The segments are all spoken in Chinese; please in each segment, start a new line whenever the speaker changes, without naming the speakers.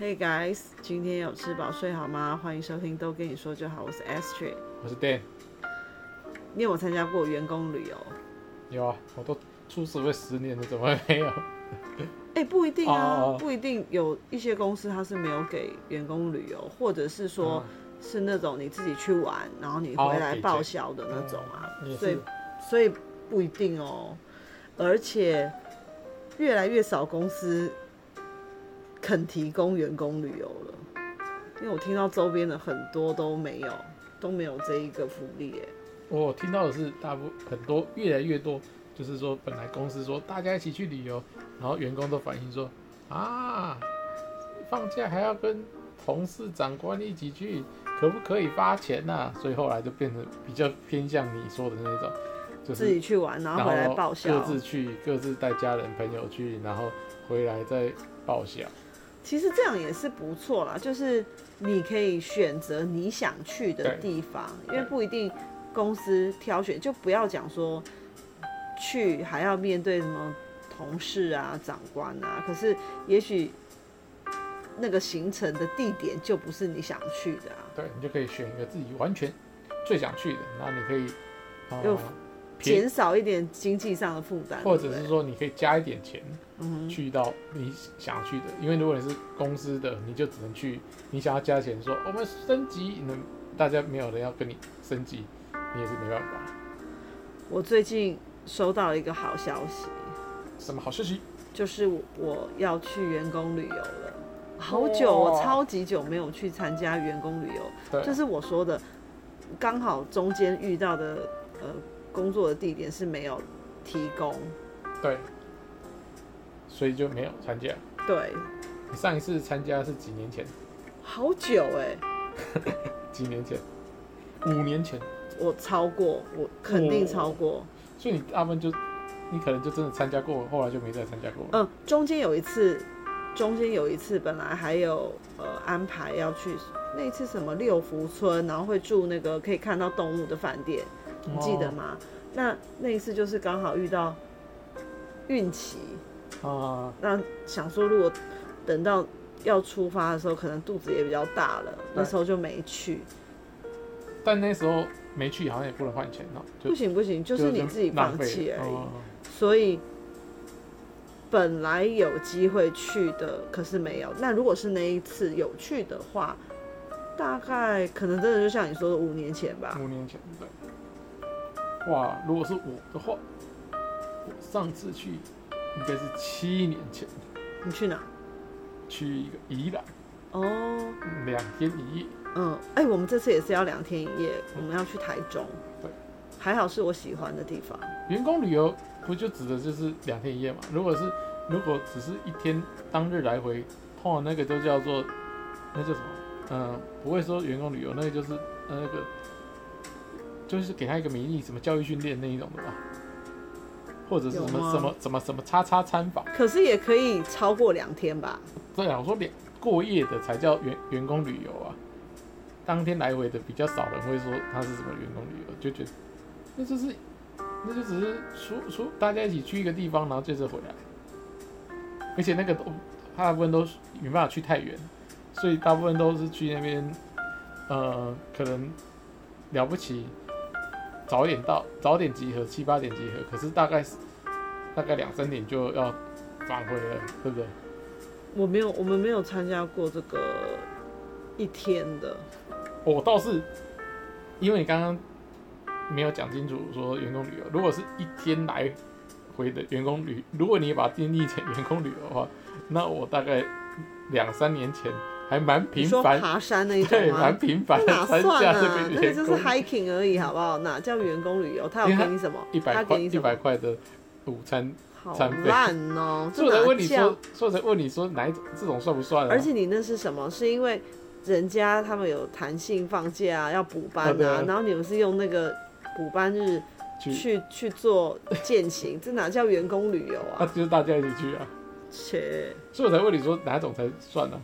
Hey guys，今天有吃饱睡好吗？欢迎收听《都跟你说就好》，我是 Astrid。
我是 Dan，
你有没有参加过员工旅游？
有啊，我都出社会十年了，怎么会没有？
哎、不一定啊
哦哦哦
不一定。有一些公司它是没有给员工旅游，或者是说是那种你自己去玩，然后你回来
嗯哦给
报销的那种啊。
嗯也
所以
是
所以不一定哦。而且越来越少公司肯提供员工旅游了，因为我听到周边的很多都没有都没有这一个福利耶。
我听到的是大部很多越来越多，就是说本来公司说大家一起去旅游，然后员工都反映说啊，放假还要跟同事长官一起去，可不可以发钱呐、所以后来就变成比较偏向你说的那种，就
自
是
己去玩，然后回来报
各
销。
自去，各自带家人朋友去，然后回来再报销。
其实这样也是不错啦，就是你可以选择你想去的
对
地方，因
对
为不一定公司挑选，就不要讲说去还要面对什么同事啊、长官啊。可是也许那个行程的地点就不是你想去的啊，
对你就可以选一个自己完全最想去的，然后你可以，啊
又
便宜，
减少一点经济上的负担，
或
对
者
不对
是说你可以加一点钱
嗯
去到你想去的，因为如果你是公司的，你就只能去你想要加钱说我们升级，那大家没有人要跟你升级，你也是没办法。
哼，我最近收到一个好消息，
什么好消息？
就是我我要去员工旅游了，好久，
哇
我超级久没有去参加员工旅游，
对，
就是我说的，刚好中间遇到的呃工作的地点是没有提供，
对，所以就没有参加。
对，
你上一次参加是几年前？
好久哎、
几年前？五年前。
我超过，我肯定超过，
所以你大部分就，你可能就真的参加过，后来就没再参加过了。
嗯，中间有一次，中间有一次本来还有呃安排要去那一次什么六福村，然后会住那个可以看到动物的饭店。你记得吗？那那一次就是刚好遇到孕期，
哦？
那想说如果等到要出发的时候，可能肚子也比较大了，那时候就没去。
啊，但那时候没去，好像也不能换钱哦。
不
就
行不行，就是你自己放弃而已。
哦
所以本来有机会去的，可是没有。那如果是那一次有去的话，大概可能真的就像你说的五年前吧。
五年前对。哇，如果是我的话，我上次去应该是七年前，
你去哪？
去一个宜兰
哦，
两天一夜。
嗯，哎、我们这次也是要两天一夜，我们要去台中。
对，
还好是我喜欢的地方。
员工旅游不就指的就是两天一夜嘛？如果是如果只是一天当日来回，通常那个都叫做那叫什么？嗯，不会说员工旅游，那个就是呃那个就是给他一个名义，什么教育训练那一种的吧，或者是什
有吗
么什么什么什么叉叉餐法。
可是也可以超过两天吧？
对啊，我说两过夜的才叫员员工旅游啊，当天来回的比较少人会说他是什么员工旅游，就觉得那就是那就只是出出大家一起去一个地方，然后接着回来，而且那个都大部分都是没办法去太远，所以大部分都是去那边，呃，可能了不起早点到，早点集合，七八点集合，可是大概是大概两三点就要返回了，对不对？
我没有，我们没有参加过这个一天的。
我倒是，因为你刚刚没有讲清楚说员工旅游，如果是一天来回的员工旅，如果你把它定义成员工旅游的话，那我大概两三年前还蛮
你
频
说
繁，
爬山那一 种
对，蛮
吗？
频
那
繁的
哪
参
算
加这
啊？那
个
个
员
就
工
是 hiking 而已，好不好？哪叫员工旅游？他有
因为
给
他
你什么？
一百
他
块
给你
一
什么
百？块的午餐，
好
餐费
烂 哦、这
所以我才问
哪
你
叫
说？，所以我才问你说哪一种这种算不算、啊？
而且你那是什么？是因为人家他们有弹性放假啊，要补班
啊对
啊
啊，
然后你们是用那个补班日
去，
去去做践行， 这哪叫员工旅游
那、
啊？
就是大家一起去啊，
切，
所以我才问你说哪一种才算啊呢、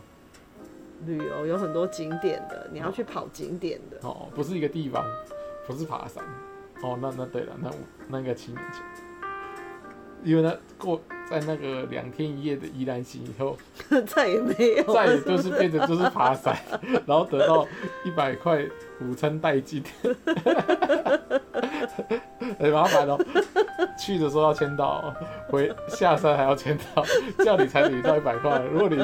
旅游有很多景点的，你要去跑景点的。
哦，不是一个地方，不是爬山。哦，那那对了，那我那个七年前，因为他过在那个两天一夜的宜兰行以后，
再也没有
再
了
也，就是变得就是爬山，然后得到一百块午餐代金，很麻烦哦。去的时候要签到哦，回下山还要签到，这样你才领到一百块。如果你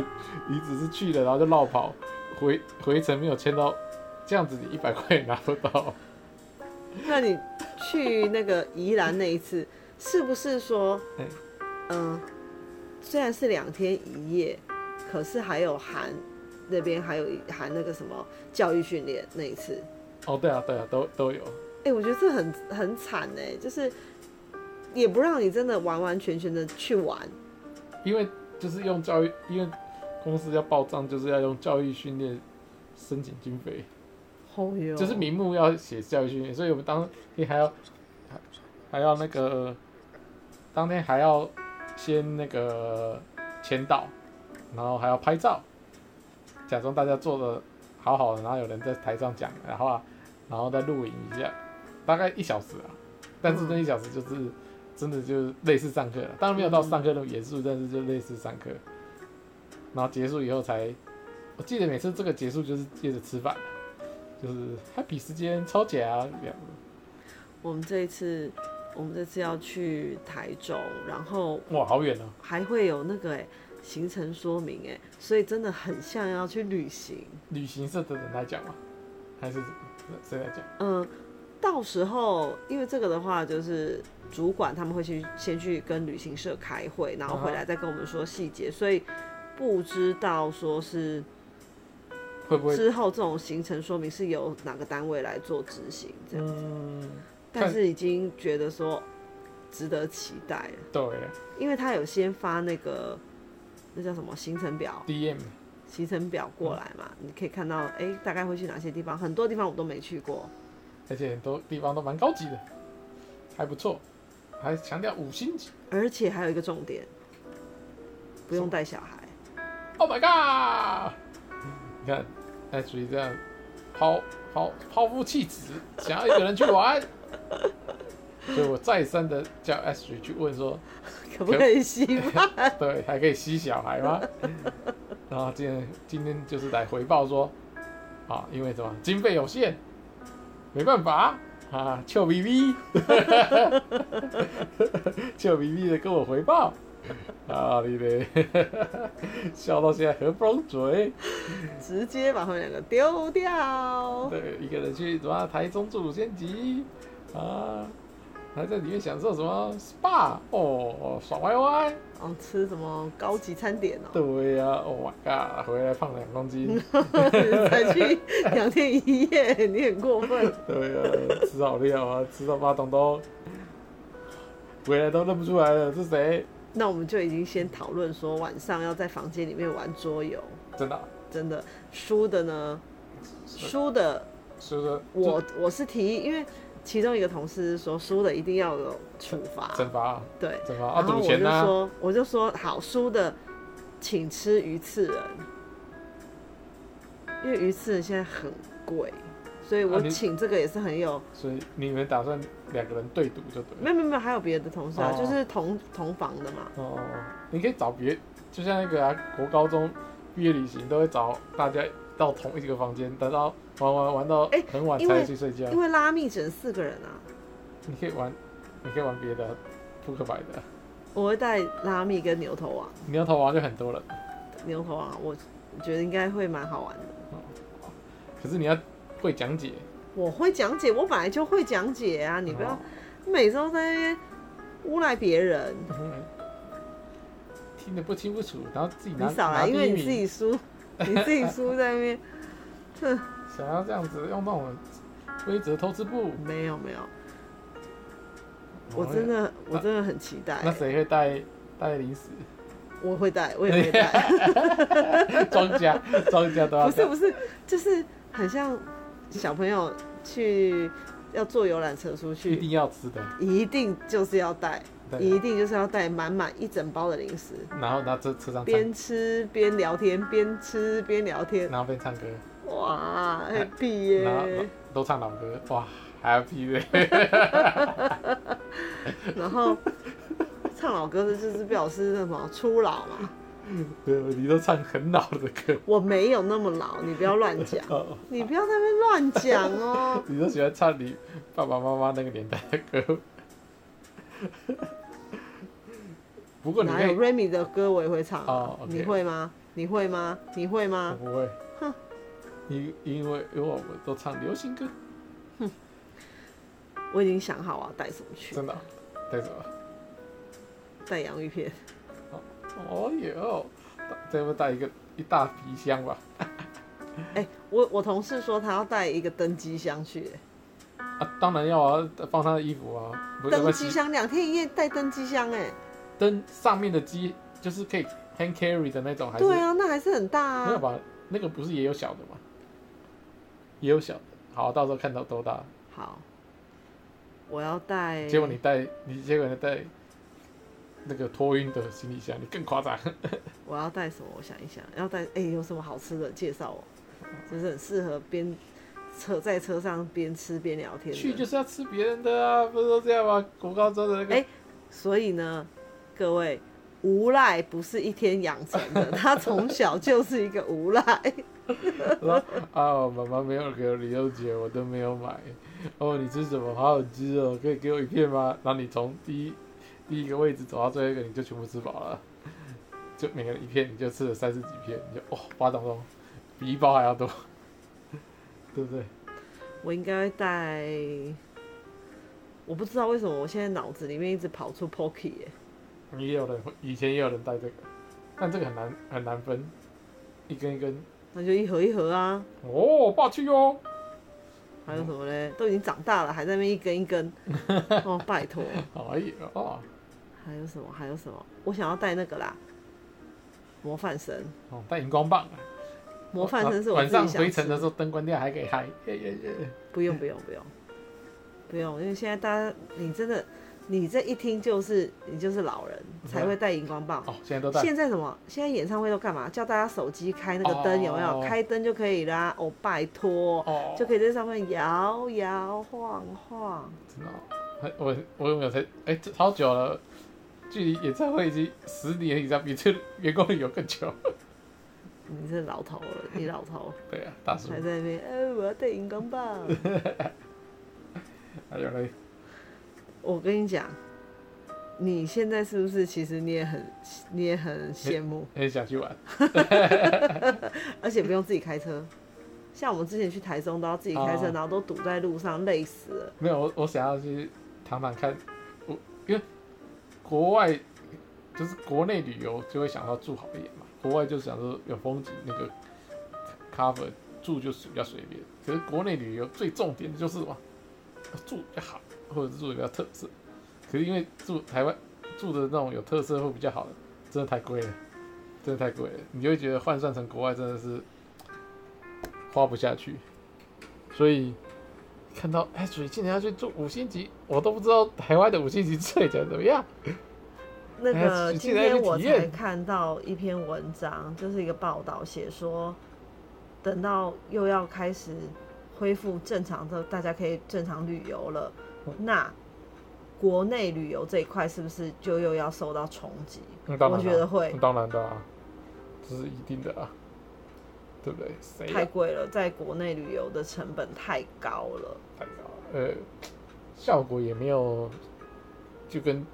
你只是去了然后就绕跑，回回程没有签到，这样子你一百块也拿不到。
那你去那个宜兰那一次，是不是说
哎，
嗯、虽然是两天一夜，可是还有含那边还有一含那个什么教育训练那一次？
哦，对啊，对啊，都都有。
哎、我觉得这很很惨哎、就是也不让你真的完完全全的去玩，
因为就是用教育，因为公司要报账，就是要用教育训练申请经费，
哦哟，
就是名目要写教育训练，所以我们当天还要还还要那个当天还要先那个签到，然后还要拍照，假装大家做的好好的，然后有人在台上讲，然后啊，然后再录影一下，大概一小时啊，但是那一小时就是。真的就是类似上课了，当然没有到上课那么严肃，但是就类似上课。然后结束以后才，我记得每次这个结束就是接着吃饭，就是 happy 时间超假啊，这样
我们这一次我们这次要去台中，然后
哇，好远哦、
还会有那个哎、行程说明哎、所以真的很像要去旅行。
旅行社的人来讲嘛，还是谁来讲？
嗯，到时候因为这个的话，就是主管他们会去先去跟旅行社开会，然后回来再跟我们说细节，所以不知道说是
会不会？
之后这种行程说明是由哪个单位来做执行这样，
嗯，
但是已经觉得说值得期待了，
对
因为他有先发那个那叫什么行程表。
，DM
行程表过来嘛，你可以看到，哎、大概会去哪些地方？很多地方我都没去过。
而且很多地方都蛮高级的，还不错，还强调五星级。
而且还有一个重点，不
什
用
么
带小孩。
Oh my god！你看，那属于这样抛抛抛夫弃子，想要一个人去玩。所以我再三的叫 S 去问说，
可不可以吸吧？
对，还可以吸小孩吗？ 然后今天今天就是来回报说，啊，因为什么经费有限，没办法啊，臭 B B，臭 B B 的跟我回报，啊，你嘞， 笑到现在合不拢嘴。
直接把他们两个丢掉。
对，一个人去什么台中住五仙集啊，还在里面享受什么 SPA 哦，爽歪歪。
哦，吃什么高级餐点哦？
对呀、啊、，Oh my god，回来胖两公斤。
才去两天一夜，你很过分。
对呀、啊，吃好料啊，吃到马桶都回来都认不出来了，是谁？
那我们就已经先讨论说晚上要在房间里面玩桌游，
真的啊、
真的输的呢，输的
是不是？
我我是提议，因为其中一个同事说输的一定要有处罚，
惩罚啊，
对，
惩罚啊，
然后
赌
我就
钱呐、啊，
说，我就说好，输的请吃鱼刺人，因为鱼刺人现在很贵，所以我
啊你
请这个也是很有，
所以你们打算两个人对赌就对了。
没有没有没有，还有别的同事啊，
哦
就是同同房的嘛，
哦，你可以找别，就像那个啊，国高中毕业旅行都会找大家到同一个房间，等到玩玩玩到
哎
很晚
因
才
为
去睡觉。
因为拉密只能四个人啊，
你可以玩，你可以玩别的，扑克牌的。
我会带拉密跟牛头网，
你要投玩就很多人，
牛头网我觉得应该会蛮好玩的。
可是你要会讲解。
我会讲解，我本来就会讲解啊，你不要
哦
每周在那边诬赖别人，
哦听得不清不楚，然后自己拿
你少
拿
来，
第
因为
一
你自
名，
己 输，你自己输在那边。
想要这样子用那种规则偷吃布，
没有
哦
没有，我真的哎我真的很期待
那，谁会带带零食？
我会带，我也会带，
庄家庄家都要
不是
带
不是，就是很像小朋友去要坐游览车出
一
去，
定要吃的，
一定就是要带，
对
一定就是要带满满一整包的零食，
然后拿车车上唱，
边吃边聊天，边吃边聊天，
然后边唱歌，
哇，happy
然后
耶！
都唱老歌，哇，happy 嘞！
然后唱老歌的就是表示什么初老嘛。
对， 你都唱很老的歌，
我没有那么老，你不要乱讲，
哦，
你不要在那边乱讲哦。
你都喜欢唱你爸爸妈妈那个年代的歌。 不过你
哪
可
有
以，
Remy 的歌我也会唱啊？
哦，OK
你会吗？你会吗？你会
我
吗？
不会。因因为因为我们都唱流行歌，
我已经想好我要带什么去，
真的、带什么？
带洋芋片。
哦哟，再不带一个一大皮箱吧？
哎、我我同事说他要带一个登机箱去、
啊，当然要啊，放他的衣服啊，不是要
欸登
不要
机
洗
箱两天一夜带登机箱哎、
灯上面的机就是可以 hand carry 的那种，还是
对啊，那还是很大
没有
啊。
吧？那个不是也有小的吗？也有小的，好，到时候看到多大。
好，我要带。
结果你带你结果你带那个托运的行李箱，你更夸张。
我要带什么？我想一想，要带哎、有什么好吃的介绍我？就是很适合边车在车上边吃边聊天的。
去就是要吃别人的啊，不是都这样吗？国高中的那个，
哎所以呢，各位，无赖不是一天养成 的，他从小就是一个无赖。
说啊，妈妈没有给我理由姐，我都没有买。哦，你吃什么？好好吃哦，可以给我一片吗？然后你从第一第一个位置走到最后一个，你就全部吃饱了，就每个人一片，你就吃了三十几片，你就哦，巴掌中比一包还要多，对不对？
我应该带，我不知道为什么我现在脑子里面一直跑出 Pocky 耶、
也有人会以前也有人带这个，但这个很难很难分，一根一根。
那就一盒一盒啊。
哦，霸气哦！
还有什么嘞？都已经长大了，还在那边一根一根。 哦，拜托。
哎呀，哦，
还有什么？还有什么？我想要带那个啦，模范生。
哦带荧光棒啊。
模范生是我
晚
自己
上
想
回
吃
程的时候灯关掉还可以嗨，耶耶耶！
不用不用不用不用，因为现在大家你真的，你这一听就是你就是老人才会带荧光棒。
嗯哦，现在都带
现在什么？现在演唱会都干嘛？叫大家手机开那个灯、有没有？
哦
开灯就可以啦。哦，拜托，
哦，
就可以在上面摇摇晃晃。
真的哦、我我有没有才哎、这好久了，距离演唱会已经十年以上，比这员工旅游更久。
你是老头了，你老 头
对啊，大叔
还在那边，哎、我要带荧光棒。
还有嘞，
我跟你讲，你现在是不是其实你也很你也很羡慕？
很想去玩，
而且不用自己开车。像我们之前去台中都要自己开车，
哦
然后都堵在路上，累死了。
没有我我想要去躺躺看，我因为国外就是国内旅游就会想要住好一点嘛，国外就想说有风景那个 cover 住就是比较随便，可是国内旅游最重点的就是什么住比较好，或者是住的比较特色，可是因为住台湾住的那种有特色会比较好的，真的太贵了，真的太贵了，你就会觉得换算成国外真的是花不下去，所以。看到哎，水竟然要去住五星级，我都不知道台湾的五星级睡起来怎么样。
那个
哎
今天我才看到一篇文章，就是一个报道写说，等到又要开始恢复正常的，大家可以正常旅游了，
哦
那国内旅游这一块是不是就又要受到冲击？
那嗯当然
我
啦
觉得会
那当然的啊，这是一定的啊，对不对？谁啊
太
呀
贵了，在国内旅游的成本太高了。
太高了呃，效果也没有，就跟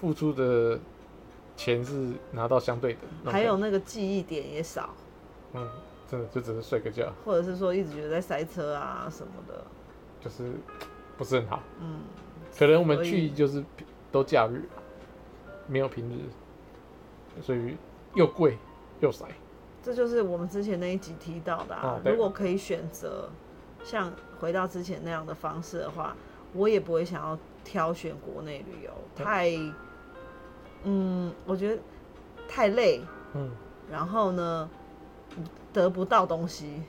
付出的钱是拿到相对的。那种
还有
感
那个记忆点也少，
觉，嗯，真的就只是睡个觉，
或者是说一直觉得在塞车啊什么的，
就是不是很好。
嗯，
可能我们
所以
去就是都假日吧，没有平日，所以又贵又塞。
这就是我们之前那一集提到的啊。
啊对
如果可以选择像回到之前那样的方式的话，我也不会想要挑选国内旅游，
对
太，嗯，我觉得太累，
嗯，
然后呢得不到东西，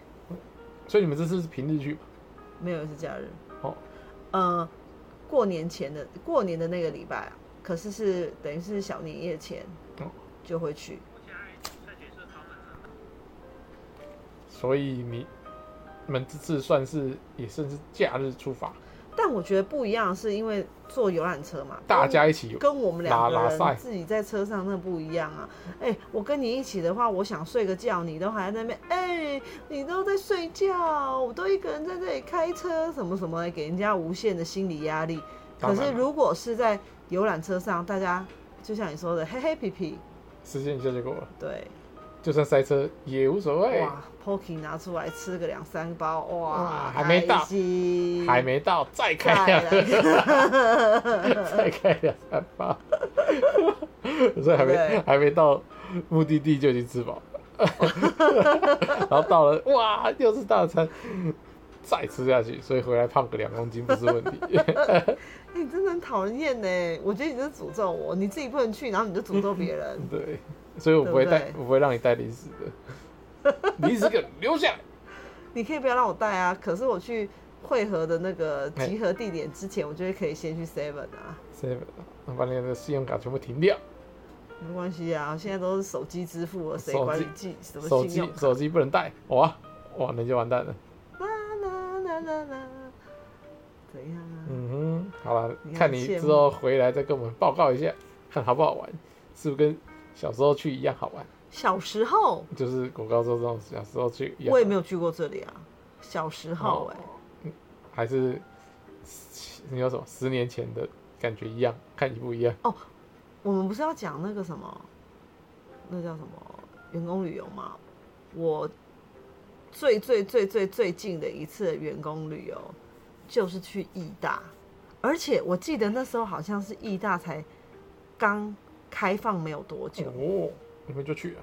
所以你们这次是平日去吧？
没有一次假日。
哦，
呃，过年前的过年的那个礼拜啊，可是是等于是小年夜前
哦
就会去。
所以你你们这次算是也算是假日出发，
但但我觉得不一样，是因为坐游览车嘛，
大家一起
跟我们两个
拉拉赛
人自己在车上那不一样啊。哎、我跟你一起的话，我想睡个觉，你都还在那边，哎、你都在睡觉，我都一个人在这里开车，什么什么，给人家无限的心理压力。
当
可
然了
是如果是在游览车上，大家就像你说的，嘿嘿皮皮，
实现一下就够了，
对，
就算塞车也无所谓。
哇，Pocky 拿出来吃个两三包，哇，
哇还没到
开心
还没到，再开啊
再
两
来
再开两三 包，所以还没
对
还没到目的地就已经吃 饱，然后到了哇又是大餐，再吃下去，所以回来胖个两公斤不是问题。
哎 你真的很讨人厌呢！我觉得你这是诅咒我，你自己不能去，然后你就诅咒别 人。
对，所以我不
对
会
不对
带，我不会让你带零食的，零食给我留下来。
你可以不要让我带啊，可是我去汇合的那个集合地点之前，我觉得可以先去 Seven 啊，
seven，把你的信用卡全部停掉，
没关系啊，现在都是手机支付了，谁
手
管
机
你记什么
手
信
机
用卡？
手机不能带，哇哇那就完蛋了。
啦啦啦啦啦，怎样啊？
嗯哼，好了，
你看
看你
羡慕
之后回来再跟我们报告一下， 看好不好玩，是不是跟小时候去一样好玩？
小时候
就是我高中这种小时候去一样好玩，嗯
我也没有去过这里啊，小时候
哦
哎、
还是你有什么十年前的感觉一样，看一不一样？
我们不是要讲那个什么，那叫什么员工旅游吗？我最最最最最近的一次员工旅游就是去义大，而且我记得那时候好像是义大才刚开放没有多久，
哦，你们就去了，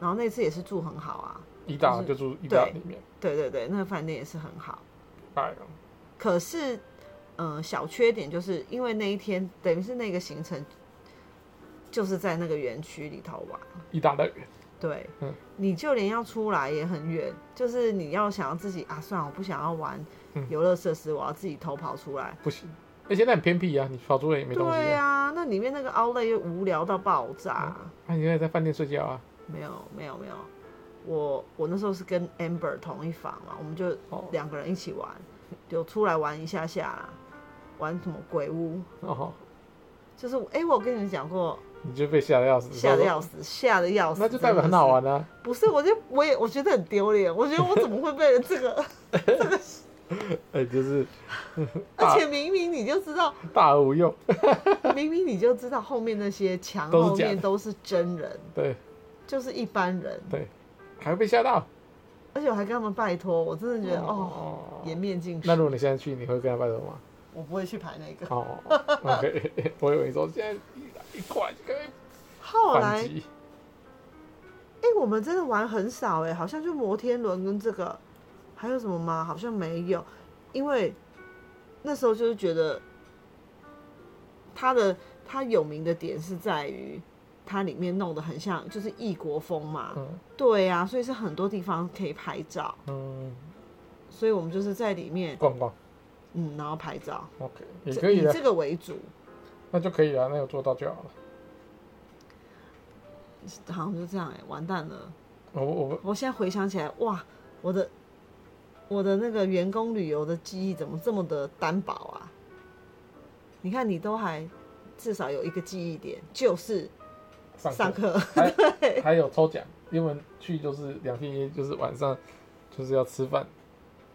然后那次也是住很好啊，
一大
就
就住一大
对
里面，
对对对，那个饭店也是很好，
哎呦，
可是，呃，小缺点就是因为那一天等于是那个行程就是在那个园区里头玩。
一大乐园，
对，
嗯
你就连要出来也很远，就是你要想要自己啊，算了，我不想要玩
嗯
游乐设施，我要自己偷跑出来。
不行，而且那很偏僻啊，你跑出来也没东西
对
啊。
啊，那里面那个 outlet 又无聊到爆炸。
那、啊你现在在饭店睡觉啊？
没有，没有，没有。我我那时候是跟 Amber 同一房啊嘛，我们就
哦
两个人一起玩，有出来玩一下下啦，玩什么鬼屋？
哦，
就是哎、诶我跟你们讲过，
你就被吓得要死，
吓得要死，吓得要死，
那就代表很好玩啊。
不是，我就我也我觉得很丢脸，我觉得我怎么会被这个这个，
哎、就是啊
而且明明你就知 道，
大而无用。
明明你就知道后面那些墙
都是
后
假的
面都是真人，
对
就是一般人，
对，还会被吓到。
而且我还跟他们拜托，我真的觉得哦，颜面尽失
嗯那，如果你现在去，你会跟他拜托吗？
我不会去排那个。
哦，OK，我以为你说现在一一块就可以
后来，
反
哎、
击。
我们真的玩很少哎、好像就摩天轮跟这个，还有什么吗？好像没有，因为那时候就是觉得它的它有名的点是在于它里面弄得很像就是异国风嘛，
嗯
对呀、所以是很多地方可以拍照。
嗯，
所以我们就是在里面，
逛逛
嗯，然后拍照，
，OK，也
这
可以
以
的
这，个为主，
那就可以啊了，那有做到就好了。
好像就这样哎、完蛋了！
我我
我现在回想起来，哇，我的我的那个员工旅游的记忆怎么这么的单薄啊？你看，你都还至少有一个记忆点，就是上
上课
课，
还还有抽奖，因为去就是两天一夜，就是晚上就是要吃饭，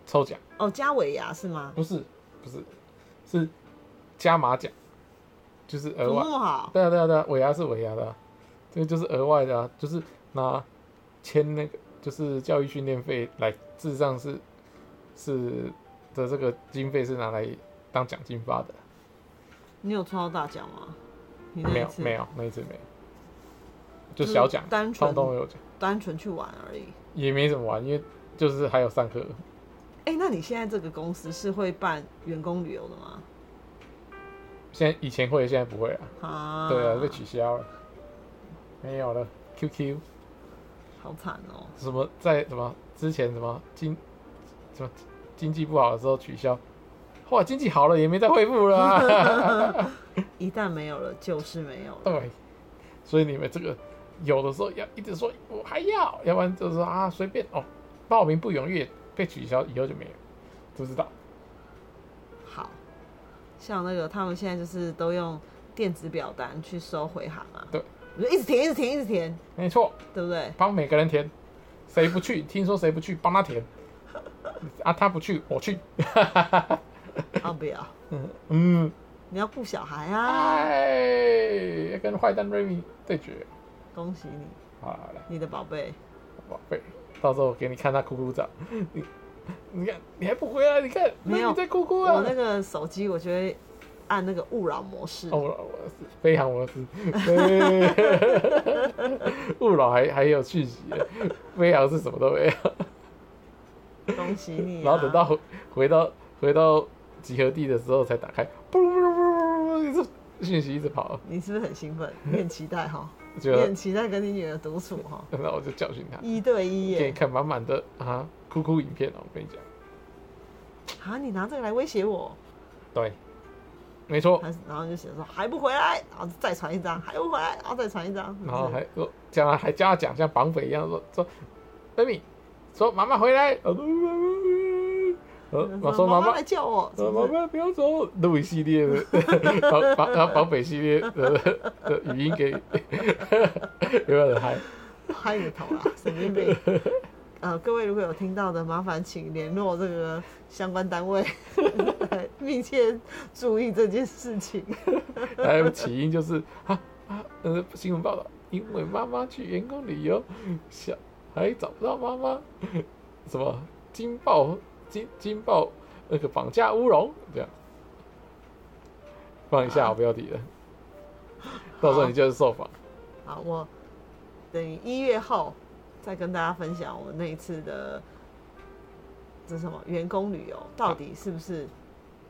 抽奖
哦，加尾牙是吗？
不是不是是加码奖，就是
怎
额
么
外
那。么好？
对啊对啊对啊，尾牙是尾牙的、啊，这个就是额外的啊，就是拿签那个就是教育训练费来，事实上是是的这个经费是拿来当奖金发的，
你有抽到大奖吗？你那
没
一
有
次
没有那一次没有，就小奖
就是，单纯
通通有奖，
单纯去玩而已。
也没怎么啊玩，因为就是还有上课，
哎、那你现在这个公司是会办员工旅游的吗？
现在以前会，现在不会了，
啊，
对啊，被取消了，没有了，QQ
好惨哦。
什么在什么之前什么经什么经济不好的时候取消，后来经济好了也没再恢复了啊、
一旦没有了，就是没有了。
对， 所以你们这个有的时候要一直说我还要，要不然就是说啊随便哦，报名不踊跃被取消以后就没有，知不知道？
像那个他们现在就是都用电子表单去收回函嘛，
对，
你就一直填，一直填，一直填，
没错，
对不 对？
帮每个人填，谁不去，听说谁不去，帮他填。 啊，他不去，我去。
啊，不要，
嗯，
你要顾小孩啊，
哎，要跟坏蛋瑞米对决。
恭喜你，
好了好了，
你的宝贝，
宝贝，到时候我给你看他哭哭掌。你，你看，你还不回来？你看，
没有
瑞米在哭哭啊
我。那个手机我就会按那个勿扰模式
哦，，我我是飞航，我是哎勿扰还还有续集耶，飞航是什么都没有。
恭喜你啊，
然后等到回回到回到集合地的时候才打开，不不不不不，一直讯息一直跑，
你是不是很兴 奋？你很期待哈，
就
你很期待跟你女儿独处哈，
那我就教训他，
一对一
给你
耶，
看满满的啊哭哭影片哦，我跟你讲，
啊，你拿这个来威胁我，
对，没错，
还是然后就写说还不回来，然后再传一张，还不回来，然后再传一张，
然后还说叫他还叫他讲像绑匪一样说说 baby 说妈妈回来，我说
嗯
妈妈，我嗯说妈妈
来。叫我，是
呃，
不
宝
是
贝，不要走！录一系列的宝宝然后宝北系列的的语音给， 有没有人嗨？
拍你的头啦，啊神经病。 呃，各位如果有听到的，麻烦请联络这个相关单位， 密切注意这件事情。
还有起因就是啊啊，呃，新闻报道，因为妈妈去员工旅游，小孩找不到妈妈，什么惊爆惊惊爆那个绑架乌龙这样，放一下我标题了，到时候你就是受访，
好，我等于一月后再跟大家分享我们那一次的这是什么员工旅游，到底是不是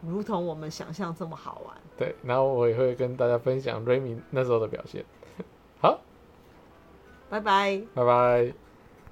如同我们想象这么好玩？
对，然后我也会跟大家分享 Remy 那时候的表现，好，
拜拜。
拜拜。